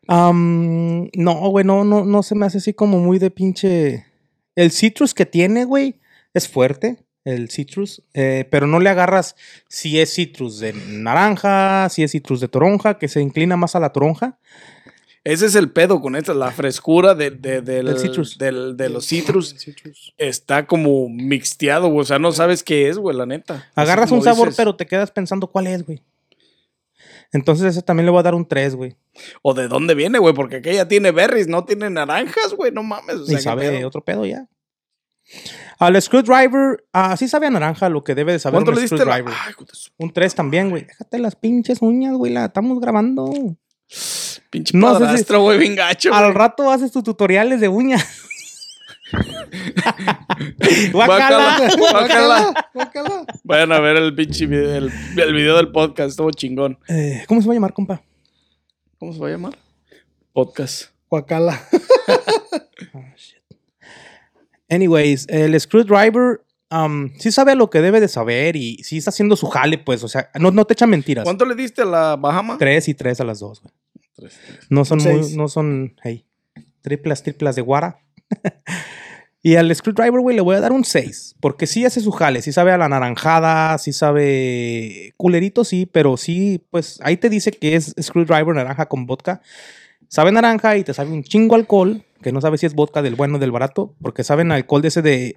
B: Am, no, güey, no, no, no se me hace así como muy de pinche. El citrus que tiene, güey, es fuerte, el citrus, eh, pero no le agarras si es citrus de naranja, si es citrus de toronja, que se inclina más a la toronja.
A: Ese es el pedo con esta, la frescura de, de- del-
B: Del citrus.
A: del- de los citrus. Está como mixteado, güey, o sea, no sabes qué es, güey, la neta. Así
B: Agarras
A: como
B: un sabor,
A: dices.
B: pero te quedas pensando cuál es, güey. Entonces, ese también le voy a dar un 3, güey.
A: O de dónde viene, güey, porque aquella tiene berries, no tiene naranjas, güey, no mames. O sea,
B: y
A: qué
B: sabe
A: pedo.
B: otro pedo ya. Al screwdriver, así sabe a naranja lo que debe de saber
A: ¿Cuánto
B: un
A: le diste? la-
B: screwdriver.
A: Ay, hijo de su
B: Un 3 también, güey. Déjate las pinches uñas, güey. La estamos grabando.
A: pinche
B: No sé si-
A: padrastro, güey, bien gacho.
B: Al rato haces tus tutoriales
A: [laughs]
B: de uñas. Guácala.
A: Guácala.
B: [laughs]
C: Guácala, guácala.
A: Vayan a ver el pinche video, el, el video del podcast, estuvo chingón.
B: Eh, ¿Cómo se va a llamar, compa?
A: ¿Cómo se va a llamar? Podcast.
C: Guácala.
B: Anyways, el screwdriver um, sí sabe a lo que debe de saber y sí está haciendo su jale, pues. O sea, no, no te echan mentiras.
A: ¿Cuánto le diste a la Bahama?
B: Tres y tres a las dos, güey. No son
C: Seis.
B: muy, no son, hey, triplas, triplas de guara. [laughs] y al screwdriver, güey, le voy a dar un 6. Porque sí hace su jale, sí sabe a la naranjada, sí sabe culerito, sí, pero sí, pues ahí te dice que es screwdriver naranja con vodka. Sabe naranja y te sabe un chingo alcohol, que no sabe si es vodka del bueno o del barato, porque saben alcohol de ese de...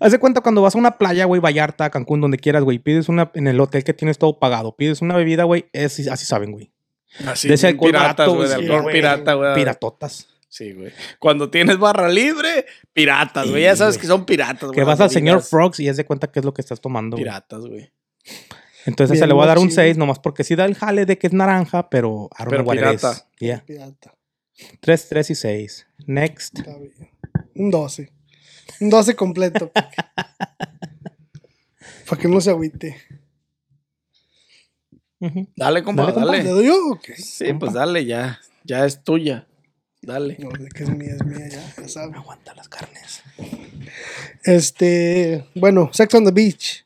B: Haz de cuenta cuando vas a una playa, güey, Vallarta, Cancún, donde quieras, güey, pides una, en el hotel que tienes todo pagado, pides una bebida, güey, es- así saben, güey.
A: Así,
B: De ese alcohol
A: piratas,
B: barato,
A: güey, de
B: sí,
A: alcohol
B: güey.
A: pirata, güey.
B: Piratotas.
A: Sí, güey. Cuando tienes barra libre, piratas, güey.
B: Sí,
A: Ya sabes
B: güey.
A: que son piratas, güey.
B: Que
A: las
B: vas al señor
A: bebidas.
B: Frogs y es de cuenta qué es lo que estás tomando. güey.
A: Piratas, güey.
B: Entonces
C: Bien
B: se le voy a dar un
C: machín.
B: 6 nomás porque sí da el jale de que es naranja, pero I don't
A: Pero
B: know what it is.
A: pirata.
B: Yeah.
C: Pirata.
B: 3, 3 y 6. Next.
C: Está bien. Un 12. Un 12 completo. Para que no se agüite.
B: Ujú.
A: Dale, compa,
B: Dale,
A: Ah, dale.
B: compa,
C: ¿Le doy yo o qué?
A: Sí,
B: compa.
A: pues dale, ya. Ya es tuya. Dale.
C: No, de que es mía, es mía, ya, ya sabes.
B: Aguanta las carnes.
C: Este, bueno, Sex on the Beach.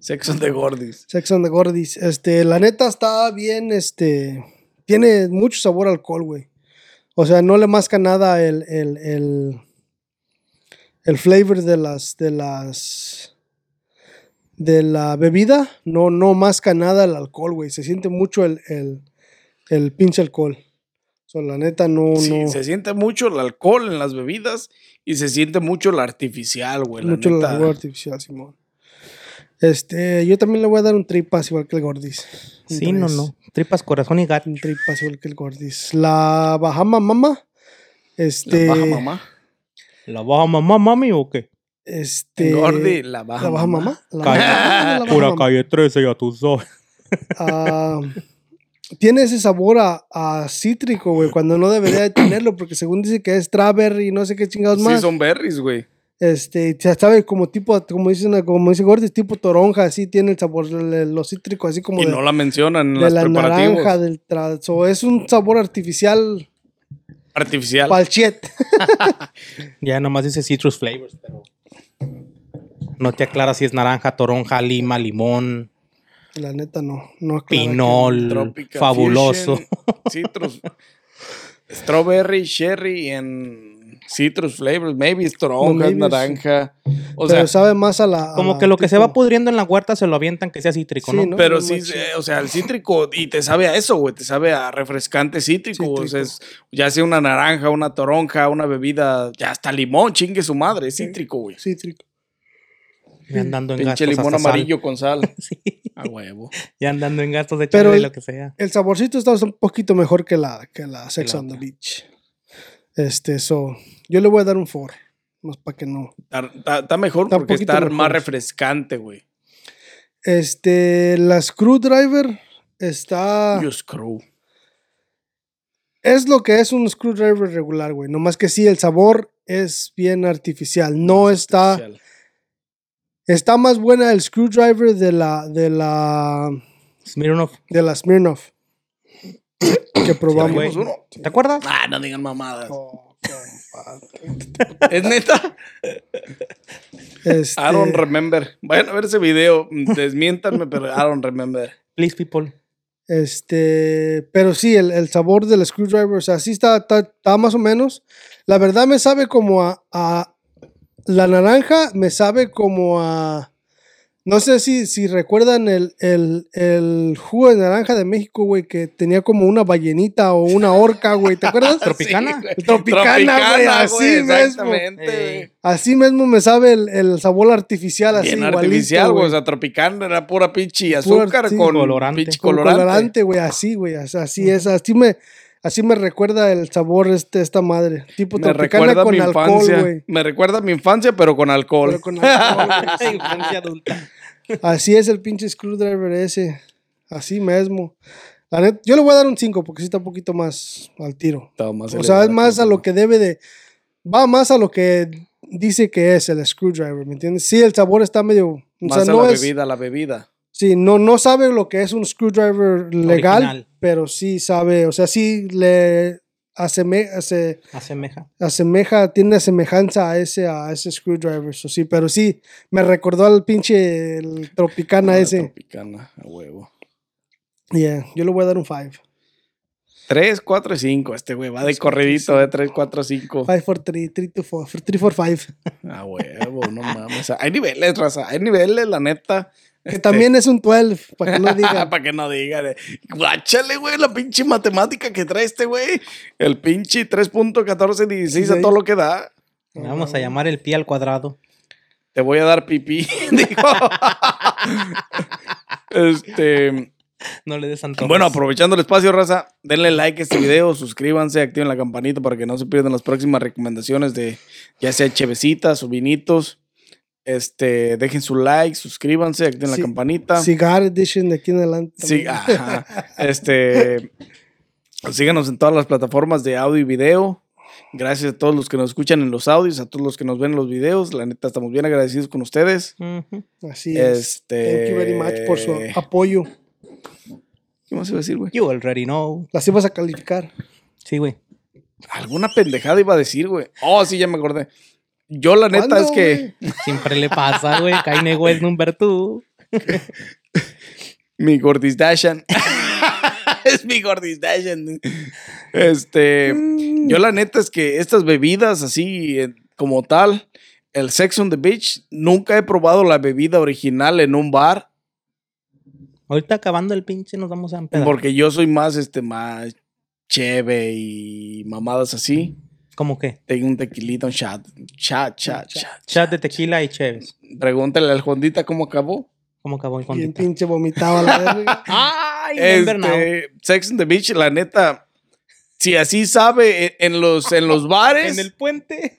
A: Sexos de gordis.
C: Sex on the Gordis. Este, la neta está bien, este, tiene mucho sabor a alcohol, güey. O sea, no le masca nada el, el, el, el flavor de las, de las, de la bebida. No, no masca nada el alcohol, güey. Se siente mucho el, el, el pinche alcohol. O sea, la neta no,
A: Sí,
C: Oh, no.
A: se siente mucho el alcohol en las bebidas y se siente mucho el artificial, güey. La
C: mucho el
A: neta.
C: alcohol artificial, Simón. Este, yo también le voy a dar un tripas igual que el Gordis. Un
B: Sí, no,
C: tres.
B: no. Tripas, corazón y gato.
C: Un tripas igual que el Gordis. La Bahama Mama. Este.
A: La baja mamá.
B: ¿La baja mamá, mami o qué?
C: Este.
A: Gordi, la baja.
C: La Baja Mama. La
B: Calle.
C: Baja Mama, la Baja
B: Pura
C: Mama.
B: calle 13, ya tú sabes.
C: Ah, tiene ese sabor a, a cítrico, güey, cuando no debería de tenerlo, porque según dice que es strawberry y no sé qué chingados
A: Sí,
C: más.
A: son berries, güey.
C: Este, ya sabe, como tipo, como dice, una- como dice Gordis, tipo toronja, así tiene el sabor, el- el- lo cítrico, así como
A: Y
C: de,
A: no la mencionan en
C: de
A: los
C: la
A: preparativos.
C: naranja, del trazo. Es un sabor artificial
A: Artificial.
C: palchet.
B: Ya nomás dice citrus flavors, pero No te aclara si es naranja, toronja, lima, limón,
C: La neta no. no aclara
B: pinol,
A: Tropical
B: fabuloso.
A: Fusion, [laughs] citrus. strawberry, sherry en citrus flavors. Maybe toronja,
C: Maybe, sí.
A: naranja. O
C: que-
A: sea,
C: pero sabe más a la. a
B: Como
C: la
B: que lo que se
C: tipo-
B: va pudriendo en la huerta se lo avientan que sea cítrico,
C: Sí,
B: ¿no?
C: ¿no?
A: Pero
C: Muy
A: Ah, sí,
C: machín.
A: eh, o sea, el cítrico, y te sabe a eso, güey, te sabe a refrescante cítrico, o sea, es- ya sea una naranja, una toronja, una bebida, ya hasta limón, chingue su madre, es cítrico, güey.
C: Cítrico.
B: Ya andando en
A: Pinche
B: gastos
A: limón
B: hasta sal.
A: amarillo con sal.
B: Sí,
A: A huevo.
B: [laughs] ya andando en gastos de
C: Pero
B: chale,
C: el-
B: lo que sea.
C: El saborcito está un poquito mejor que la, que la Sex
B: la
C: on the
B: otra.
C: Beach. Este, so. Yo le voy a dar un 4. Más para que no.
A: Está, está- está mejor
C: Está un
A: porque
C: poquito
A: está
C: mejor.
A: más refrescante, güey.
C: Este, la screwdriver está.
A: You screw.
C: Es lo que es un screwdriver regular, güey. Nomás que sí, el sabor es bien artificial. No está.
A: Especial.
C: Está más buena el screwdriver de la. de la.
B: Smirnoff,
C: de la Smirnoff. Que probamos.
A: ¿Trajimos uno?
B: ¿te acuerdas?
A: Ah, no digan mamadas.
C: Oh, compadre.
A: ¿Es neta?
C: Este,
A: I don't remember. Vayan a ver ese video, desmiéntanme, pero I don't remember.
B: Please,
A: Ah,
B: people.
C: este, pero sí, el, el sabor del screwdriver, o sea, sí está, está, está más o menos. La verdad me sabe como a, a- La naranja me sabe como a... No sé si, si recuerdan el, el, el jugo de naranja de México, güey, que tenía como una ballenita o una orca, güey, ¿te acuerdas?
A: [laughs]
B: ¿Tropicana? [laughs]
A: Sí, güey.
C: [laughs] Tropicana, güey, así mismo.
A: Exactamente,
B: Ey.
A: güey.
C: Así mismo me sabe el, el sabor artificial, así
A: Bien
C: igualito,
A: artificial, güey.
C: güey.
A: O sea, tropical era pura pinche azúcar
C: sí,
A: con
B: colorante.
A: pinche
C: Como
A: colorante.
C: colorante, güey, así, güey, as- así es, así me, así me recuerda el sabor este, esta madre, tipo
A: Me
C: tropicana
A: recuerda a
C: con
A: mi
C: alcohol,
A: infancia.
C: güey.
A: me recuerda a mi infancia, pero con alcohol.
C: Pero con alcohol,
A: [laughs]
C: güey.
B: Infancia adulta.
C: así es el pinche screwdriver ese, así mismo. La neta, yo le voy a dar un 5 porque sí está un poquito más al tiro.
A: Estaba más
C: o sea, es
A: elevada
C: más
A: que
C: a
A: el
C: lo que debe de, va más a lo que dice que es el screwdriver, ¿me entiendes? Sí, el sabor está medio, o
A: Más
C: sea,
A: a
C: no
A: la
C: es,
A: bebida, la bebida.
C: Sí, no, no sabe lo que es un screwdriver legal,
B: Original.
C: pero sí sabe, o sea, sí le aseme- se
B: Asemeja.
A: Ah,
C: asemeja, tiene semejanza a ese, a ese screwdriver, eso sí, pero sí, me recordó al pinche el Tropicana
A: La
C: ese.
A: Tropicana, a huevo.
C: Yeah, yo le voy a dar un 5.
A: 3, 4, 5. Este güey va de corridito de 3, 4, 5.
C: 5 for 3, 3 to 4, 3
A: [laughs]
C: for 5.
A: A huevo, no mames. Hay niveles, raza. Hay niveles, la neta.
C: Que también es un 12, para
A: [laughs]
C: que no digan.
A: Para que no digan. eh. Guáchale, güey, la pinche matemática que trae este güey. El pinche 3.1416 a todo lo que da.
B: Le Vamos a llamar el pie al cuadrado.
A: Te voy a dar pipí. [laughs] Digo. este.
B: No le des antojos.
A: Bueno, aprovechando el espacio, raza, denle like a este video, suscríbanse, activen la campanita para que no se pierdan las próximas recomendaciones de ya sea chevecitas o vinitos. Este, dejen su like, suscríbanse, activen
C: Sí,
A: la campanita.
C: Cigar Edition de aquí en adelante.
A: Sí, ah,
C: también. [laughs]
A: ajá. Este, síganos en todas las plataformas de audio y video. Gracias a todos los que nos escuchan en los audios, a todos los que nos ven en los videos. La neta, estamos bien agradecidos con ustedes.
B: Ujú.
C: Así es.
A: Este.
C: Thank you very much por su apoyo.
A: ¿Qué más iba a decir, güey?
B: You already know.
C: Las ibas a calificar.
B: Sí, güey.
A: Alguna pendejada iba a decir, güey. Oh, sí, ya me acordé. Yo, la neta,
C: ¿Cuándo,
A: es que.
C: güey?
B: Siempre le
A: [laughs]
B: pasa, güey. Kaine es number two.
A: Mi Gordis Dashan. [laughs] es mi Gordis Dashan. Este. Yo la neta es que estas bebidas así eh, como tal, el Sex on the Beach, nunca he probado la bebida original en un bar
B: Ahorita acabando el pinche nos vamos a
C: Ah.
B: empezar.
A: porque yo soy más, este, más cheve y mamadas así.
B: ¿Cómo qué?
A: Tengo un tequilito, un shot, shot, shot, shot.
B: Chat de tequila y cheves.
A: Pregúntale al Jondita cómo acabó.
B: ¿Cómo acabó el
C: Bien
B: condita?
C: pinche vomitaba la
A: [laughs]
C: verga.
B: ¡Ay!
A: Este,
B: Remember now.
A: Sex on the Beach, la neta, si así sabe eh, en los, en los bares.
B: En el
A: [laughs]
B: puente.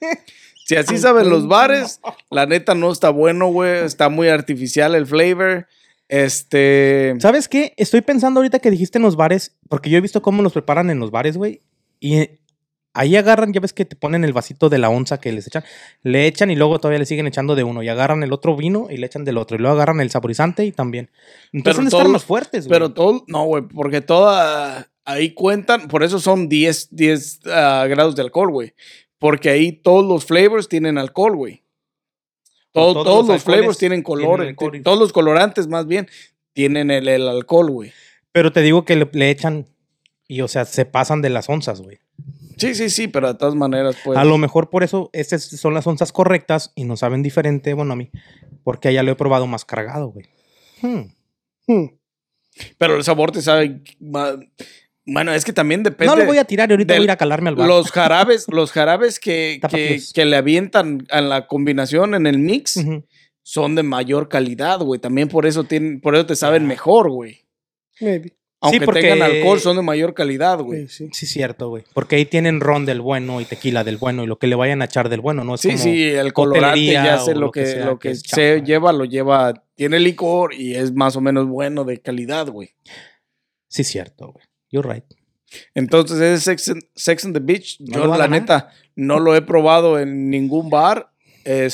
A: Si así saben los bares, la neta no está bueno, güey. Está muy artificial el flavor. Este.
B: ¿Sabes qué? Estoy pensando ahorita que dijiste en los bares, porque yo he visto cómo los preparan en los bares, güey. Y eh, ahí agarran, ya ves que te ponen el vasito de la onza que les echan. Le echan y luego todavía le siguen echando de uno. Y agarran el otro vino y le echan del otro. Y luego agarran el saborizante y también.
A: Pero
B: Entonces han de estar
A: todos-
B: más fuertes, güey.
A: Pero todo. No, güey, porque toda. Ahí cuentan. Por eso son 10, 10 ah, grados de alcohol, güey. Porque ahí todos los flavors tienen alcohol, güey. Todo-
B: todos
A: todos
B: los
A: los flavors
B: alcoholes
A: tienen colores.
B: tienen alcohol.
A: Todos los colorantes, más bien, tienen el, el alcohol, güey.
B: Pero te digo que le, le echan y, o sea, se pasan de las onzas, güey.
A: Sí, sí, sí, pero de todas maneras, pues.
B: a lo mejor por eso estas son las onzas correctas y no saben diferente, bueno, a mí, porque allá lo he probado más cargado, güey. Hmm.
C: Hmm.
A: Pero el sabor te sabe. ma- Bueno, es que también depende.
B: No lo voy a tirar y ahorita
A: Pues del-
B: voy a ir a calarme al bar.
A: Los jarabes, los jarabes que, que,
B: Tapatíos.
A: que le avientan a la combinación en el mix
B: Ujú.
A: son de mayor calidad, güey. También por eso tienen, por eso te saben
B: Ah.
A: mejor, güey.
C: Maybe.
A: Aunque
B: porque-
A: tengan alcohol, son de mayor calidad, güey.
C: Sí, sí.
B: Sí, cierto, güey. Porque ahí tienen ron del bueno y tequila del bueno y lo que le vayan a echar del bueno, ¿no? Es
A: Sí,
B: como-
A: sí, el colorante
B: coctelería
A: ya sé
B: o
A: lo
B: lo
A: que,
B: que sea
A: lo
B: que
A: que
B: es
A: se
B: chafa.
A: lleva, lo lleva, tiene licor y es más o menos bueno de calidad, güey.
B: Sí, cierto, güey. You're right.
A: Entonces, ese Sex and, Sex and the Beach,
B: No
A: yo
B: lo va a
A: la
B: ganar.
A: neta no lo he probado en ningún bar.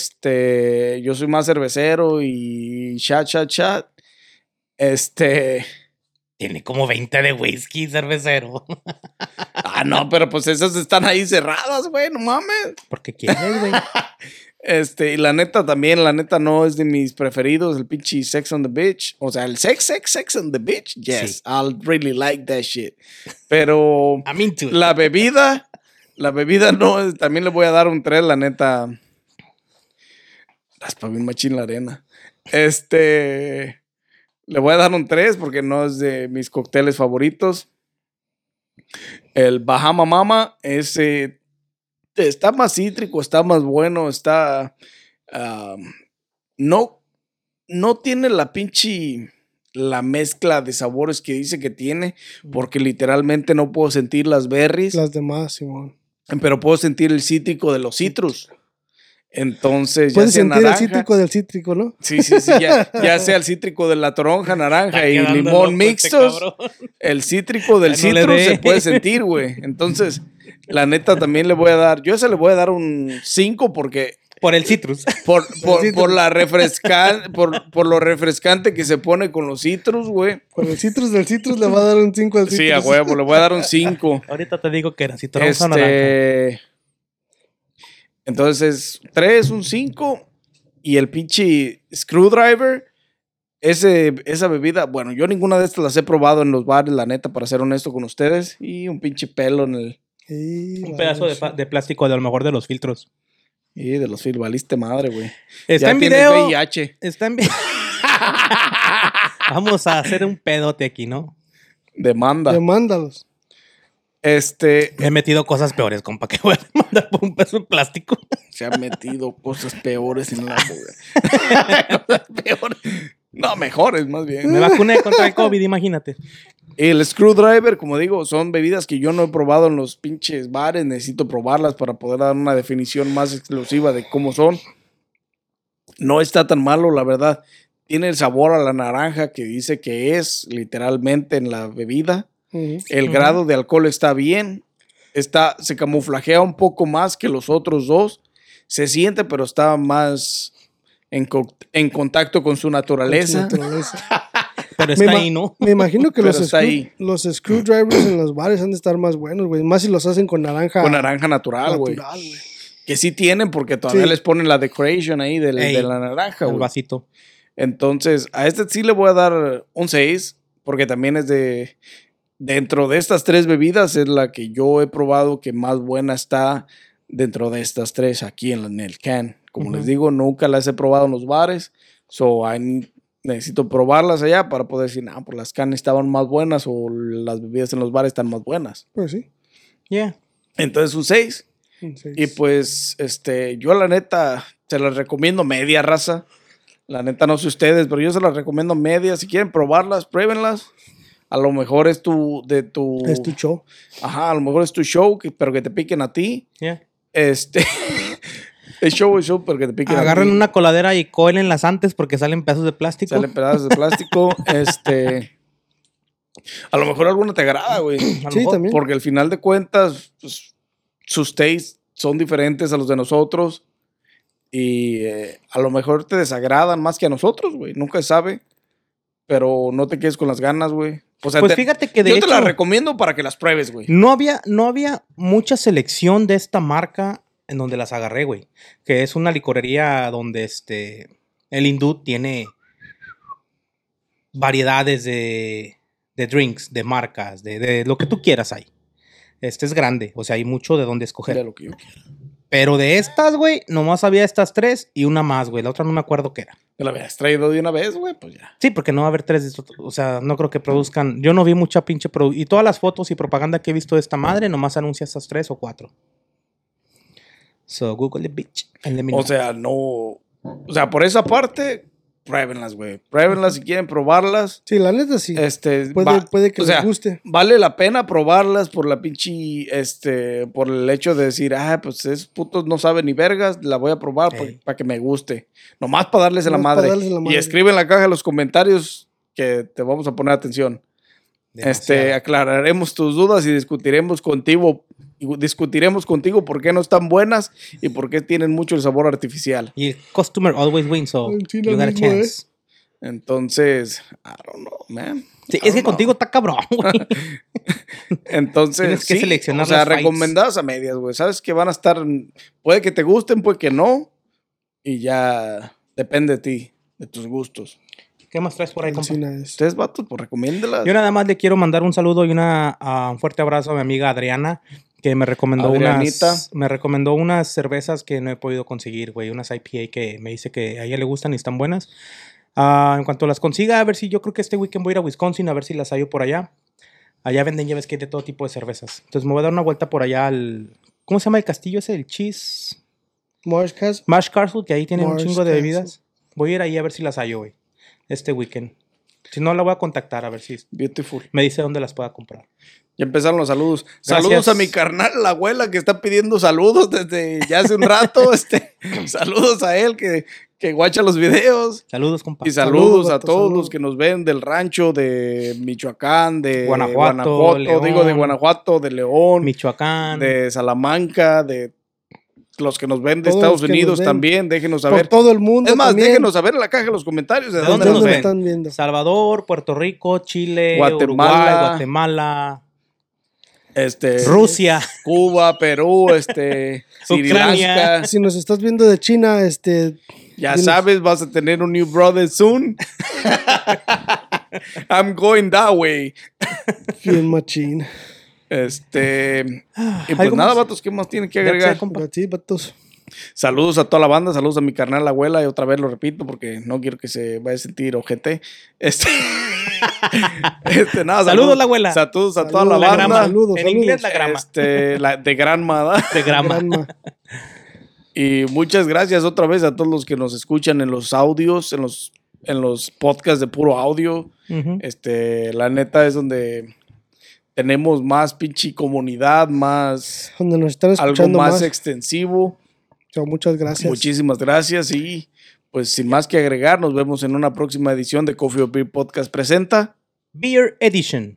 A: Este, yo soy más cervecero y chat, chat, chat.
B: [laughs]
A: Este,
B: Tiene como 20 de whisky, cervecero.
A: ah, no, pero pues esas están ahí cerradas, güey, no mames.
B: [laughs] Porque quieres, güey.
A: Este, y la neta también, la neta no es de mis preferidos, el pinche Sex on the Beach. O sea, el Sex, Sex, Sex on the Beach. Yes,
B: Sí.
A: I'll really like that shit. Pero
B: I'm into it.
A: la bebida, la bebida no, es- también le voy a dar un 3, la neta. Raspa bien machín la arena. Este, le voy a dar un 3 porque no es de mis cócteles favoritos. El Bahama Mama, ese está más cítrico, está más bueno, está... ah, no, no tiene la pinche... La mezcla de sabores que dice que tiene, porque literalmente no puedo sentir las berries,
C: Las demás, Simón.
A: pero puedo sentir el cítrico de los citrus. Entonces, Pues ya
C: Puedes
A: sea
C: sentir el
A: naranja,
C: cítrico del cítrico, ¿no?
A: Sí, sí, sí, ya, ya
B: [laughs]
A: sea el cítrico de la toronja, naranja
B: Está
A: y
B: quedando
A: limón
B: loco este
A: mixtos,
B: cabrón.
A: el cítrico del
B: Ya no le
A: citrus
B: dé.
A: se puede sentir, güey.
B: [laughs]
A: Entonces, la neta también le voy a dar, yo se le voy a dar un 5 porque
B: Por el citrus. [laughs]
A: por, por-
C: citrus.
A: por la refrescan, por, por lo refrescante que se pone con los citrus, güey.
C: Con el citrus del citrus le va a dar un 5 al citrus.
A: Sí, a huevo, le voy a dar un 5.
B: Ahorita te digo que era citrón o naranja.
A: Este. Entonces, 3, un 5 y el pinche screwdriver. Ese, esa bebida, bueno, yo ninguna de estas las he probado en los bares, la neta, para ser honesto con ustedes. Y un pinche pelo en el.
C: Y
B: Un
C: la
B: pedazo de, pa- de plástico de a lo mejor de los filtros.
A: Y de los fil- valiste madre, güey.
B: Está
A: Ya
B: en
A: tienes
B: video.
A: VIH.
B: Está en video. [laughs] Vamos a hacer un pedote aquí, ¿no?
A: Demanda.
C: Demándalos.
A: este.
B: He metido cosas peores, compa, que voy a mandar por un pedazo de
A: [laughs]
B: plástico.
A: Se han metido cosas peores en la boca.
B: [laughs]
A: [laughs] cosas peores. No, mejores, más bien.
B: Me vacuné contra el COVID, imagínate.
A: El screwdriver, como digo, son bebidas que yo no he probado en los pinches bares. Necesito probarlas para poder dar una definición más exclusiva de cómo son. No está tan malo, la verdad. Tiene el sabor a la naranja que dice que es literalmente en la bebida.
C: Ujú.
A: El
B: Ujú.
A: grado de alcohol está bien. Está, se camuflajea un poco más que los otros dos. Se siente, pero está más en, co- en contacto con su naturaleza.
C: Naturaleza.
B: Pero
C: Me
B: está
C: ma-
B: ahí, ¿no?
C: Me imagino que
A: [laughs] Pero
C: los,
A: está
C: screw-
A: ahí.
C: los screwdrivers en los bares han de estar más buenos, güey. Más si los hacen con naranja.
A: Con naranja natural, güey.
C: natural, güey.
A: Que sí tienen, porque todavía
C: Sí.
A: les ponen la decoration ahí del-
B: Ey,
A: de la naranja,
B: El
A: güey.
B: vasito.
A: Entonces, a este sí le voy a dar un 6, porque también es de. Dentro de estas tres bebidas es la que yo he probado que más buena está dentro de estas tres aquí en, la- en el can. Como les
B: Ujú.
A: digo, nunca las he probado en los bares. So, I need- necesito probarlas allá para poder decir, ah, pues las can estaban más buenas o las bebidas en los bares están más buenas.
C: Pues sí. Mm,
B: Yeah.
A: Entonces, un 6.
C: Sí.
A: Y pues, este, yo la neta, se las recomiendo media raza. La neta, no sé ustedes, pero yo se las recomiendo media. Si quieren probarlas, pruébenlas. A lo mejor es tu, de tu,
C: es tu show.
A: ajá, a lo mejor es tu show, que- pero que te piquen a ti.
B: Yeah.
A: Este, [laughs] el show es show, pero que te piquen
B: Agarren
A: a ti.
B: una coladera y las antes porque salen pedazos de plástico.
A: Salen pedazos de plástico, este, a lo mejor alguna te agrada, güey.
B: A lo
C: Sí,
B: mejor.
C: también.
A: Porque al final de cuentas, pues, sus tastes son diferentes a los de nosotros. Y eh, a lo mejor te desagradan más que a nosotros, güey. Nunca se sabe. Pero no te quedes con las ganas, güey. O sea,
B: Pues
A: te-
B: fíjate que de
A: yo
B: hecho,
A: te las recomiendo para que las pruebes, güey.
B: no había, no había mucha selección de esta marca en donde las agarré, güey. Que es una licorería donde este. El hindú tiene variedades de, de drinks, de marcas, de, de lo que tú quieras hay. Este es grande, o sea, hay mucho de donde escoger.
A: Era lo que yo quiero.
B: Pero de estas, güey, nomás había estas tres y una más, güey. La otra no me acuerdo qué era.
A: Te la habías traído de una vez, güey, pues ya.
B: Sí, porque no va a haber tres. de estos, O sea, no creo que produzcan. Yo no vi mucha pinche. produ- y todas las fotos y propaganda que he visto de esta madre, nomás anuncia estas tres o cuatro. So, Google it, bitch. and let me
A: O
B: know.
A: sea, no. O sea, por esa parte, pruébenlas, güey. Pruébenlas si quieren probarlas.
C: Sí, la neta sí.
A: Este,
C: Puede-
A: va-
C: puede que
A: o
C: les
A: sea,
C: guste.
A: Vale la pena probarlas por la pinche, este, por el hecho de decir, ah, pues esos putos no saben ni vergas, la voy a probar para
B: Ey.
A: que me guste. Nomás para darles en la
C: Nomás pa'
A: madre.
C: darles en la
A: Y
C: madre.
A: escribe en la caja de los comentarios que te vamos a poner atención. Este,
B: Demasiado.
A: aclararemos tus dudas y discutiremos contigo, y discutiremos contigo por qué no están buenas y por qué tienen mucho el sabor artificial.
B: Y el customer always wins, so
C: En sí, lo
B: you got a
C: mismo, ¿eh?
B: chance.
A: Entonces, I don't know, man. I
B: Sí, es que
A: don't know.
B: contigo está cabrón, güey. [laughs]
A: Entonces,
B: Tienes que
A: sí,
B: seleccionar
A: o sea,
B: las fights.
A: recomendadas a medias, güey. Sabes que van a estar, puede que te gusten, puede que no, y ya depende de ti, de tus gustos.
B: ¿Qué más traes por ahí, compa?
C: Sí, nada es.
A: Ustedes, vatos, pues recomiéndelas.
B: Yo nada más le quiero mandar un saludo y una, ah, un fuerte abrazo a mi amiga Adriana, que me recomendó
A: Adrianita.
B: unas, me recomendó unas cervezas que no he podido conseguir, güey, unas IPA que me dice que a ella le gustan y están buenas. Ah, en cuanto las consiga, a ver si yo creo que este weekend voy a ir a Wisconsin a ver si las hallo por allá. Allá venden, ya ves que hay de todo tipo de cervezas. Entonces me voy a dar una vuelta por allá al. ¿Cómo se llama el castillo ese? El Cheese.
C: Morse Cas-
B: Mash Castle, que ahí tiene un
C: Morse
B: chingo de
C: Castle.
B: bebidas. Voy a ir ahí a ver si las hallo, güey. Este weekend. Si no, la voy a contactar a ver si
A: Beautiful.
B: me dice dónde las pueda comprar.
A: Ya empezaron los saludos.
B: Gracias.
A: Saludos a mi carnal, la abuela, que está pidiendo saludos desde ya hace un rato. [laughs] este, saludos a él que, que guacha los videos.
B: Saludos, compa.
A: Y
C: Saludos,
A: saludos a
C: vato,
A: todos
C: saludos.
A: los que nos ven del rancho de Michoacán, de
B: Guanajuato, León.
A: digo de Guanajuato, de León,
B: Michoacán.
A: de Salamanca, de los que nos ven de
C: Todos
A: Estados
C: los que
A: Unidos
C: nos ven.
A: también, déjenos
C: Por
A: saber.
C: todo el mundo.
A: Es más,
C: también.
A: déjenos saber en la caja de los comentarios de
B: ¿De
A: dónde
C: ¿Dónde
A: nos
C: nos
A: ven.
C: están viendo?
B: Salvador, Puerto Rico, Chile,
A: Guatemala.
B: Uruguay, Guatemala,
A: Este,
B: Rusia.
A: Cuba,
C: [laughs]
A: Perú, este, Sri
B: Ucrania.
A: Lanka.
C: Ah, Si nos estás viendo de China,
A: [laughs]
C: este.
A: Ya
C: Dinos.
A: sabes, vas a tener un new brother soon. I'm going that way.
C: Bien machín.
A: Este. Y
B: Ay,
A: pues
B: ¿cómo
A: nada,
B: se-
A: vatos, ¿qué más tienen que
B: Ya sé,
A: agregar?
B: compa.
C: Pero sí, vatos.
A: Saludos a toda la banda, saludos a mi carnal la abuela, y otra vez lo repito porque no quiero que se vaya a sentir ojete. [laughs] Este, este, nada,
B: Saludos, la abuela.
A: Saludos a toda la
C: Saludos,
B: La
A: banda.
B: grama.
C: Saludos,
B: en
C: saludos.
B: inglés, la grama.
A: Este, la- de gran mada.
B: De grama.
C: Granma.
A: Y muchas gracias otra vez a todos los que nos escuchan en los audios, en los, en los podcasts de puro audio.
B: Ujú.
A: Este, la neta es donde tenemos más pinche comunidad, más
C: Donde nos están
A: algo
C: escuchando
A: más,
C: más.
A: extensivo.
C: O sea, muchas gracias.
A: Muchísimas gracias y pues sin más que agregar, nos vemos en una próxima edición de Coffee or Beer Podcast presenta.
B: Beer Edition.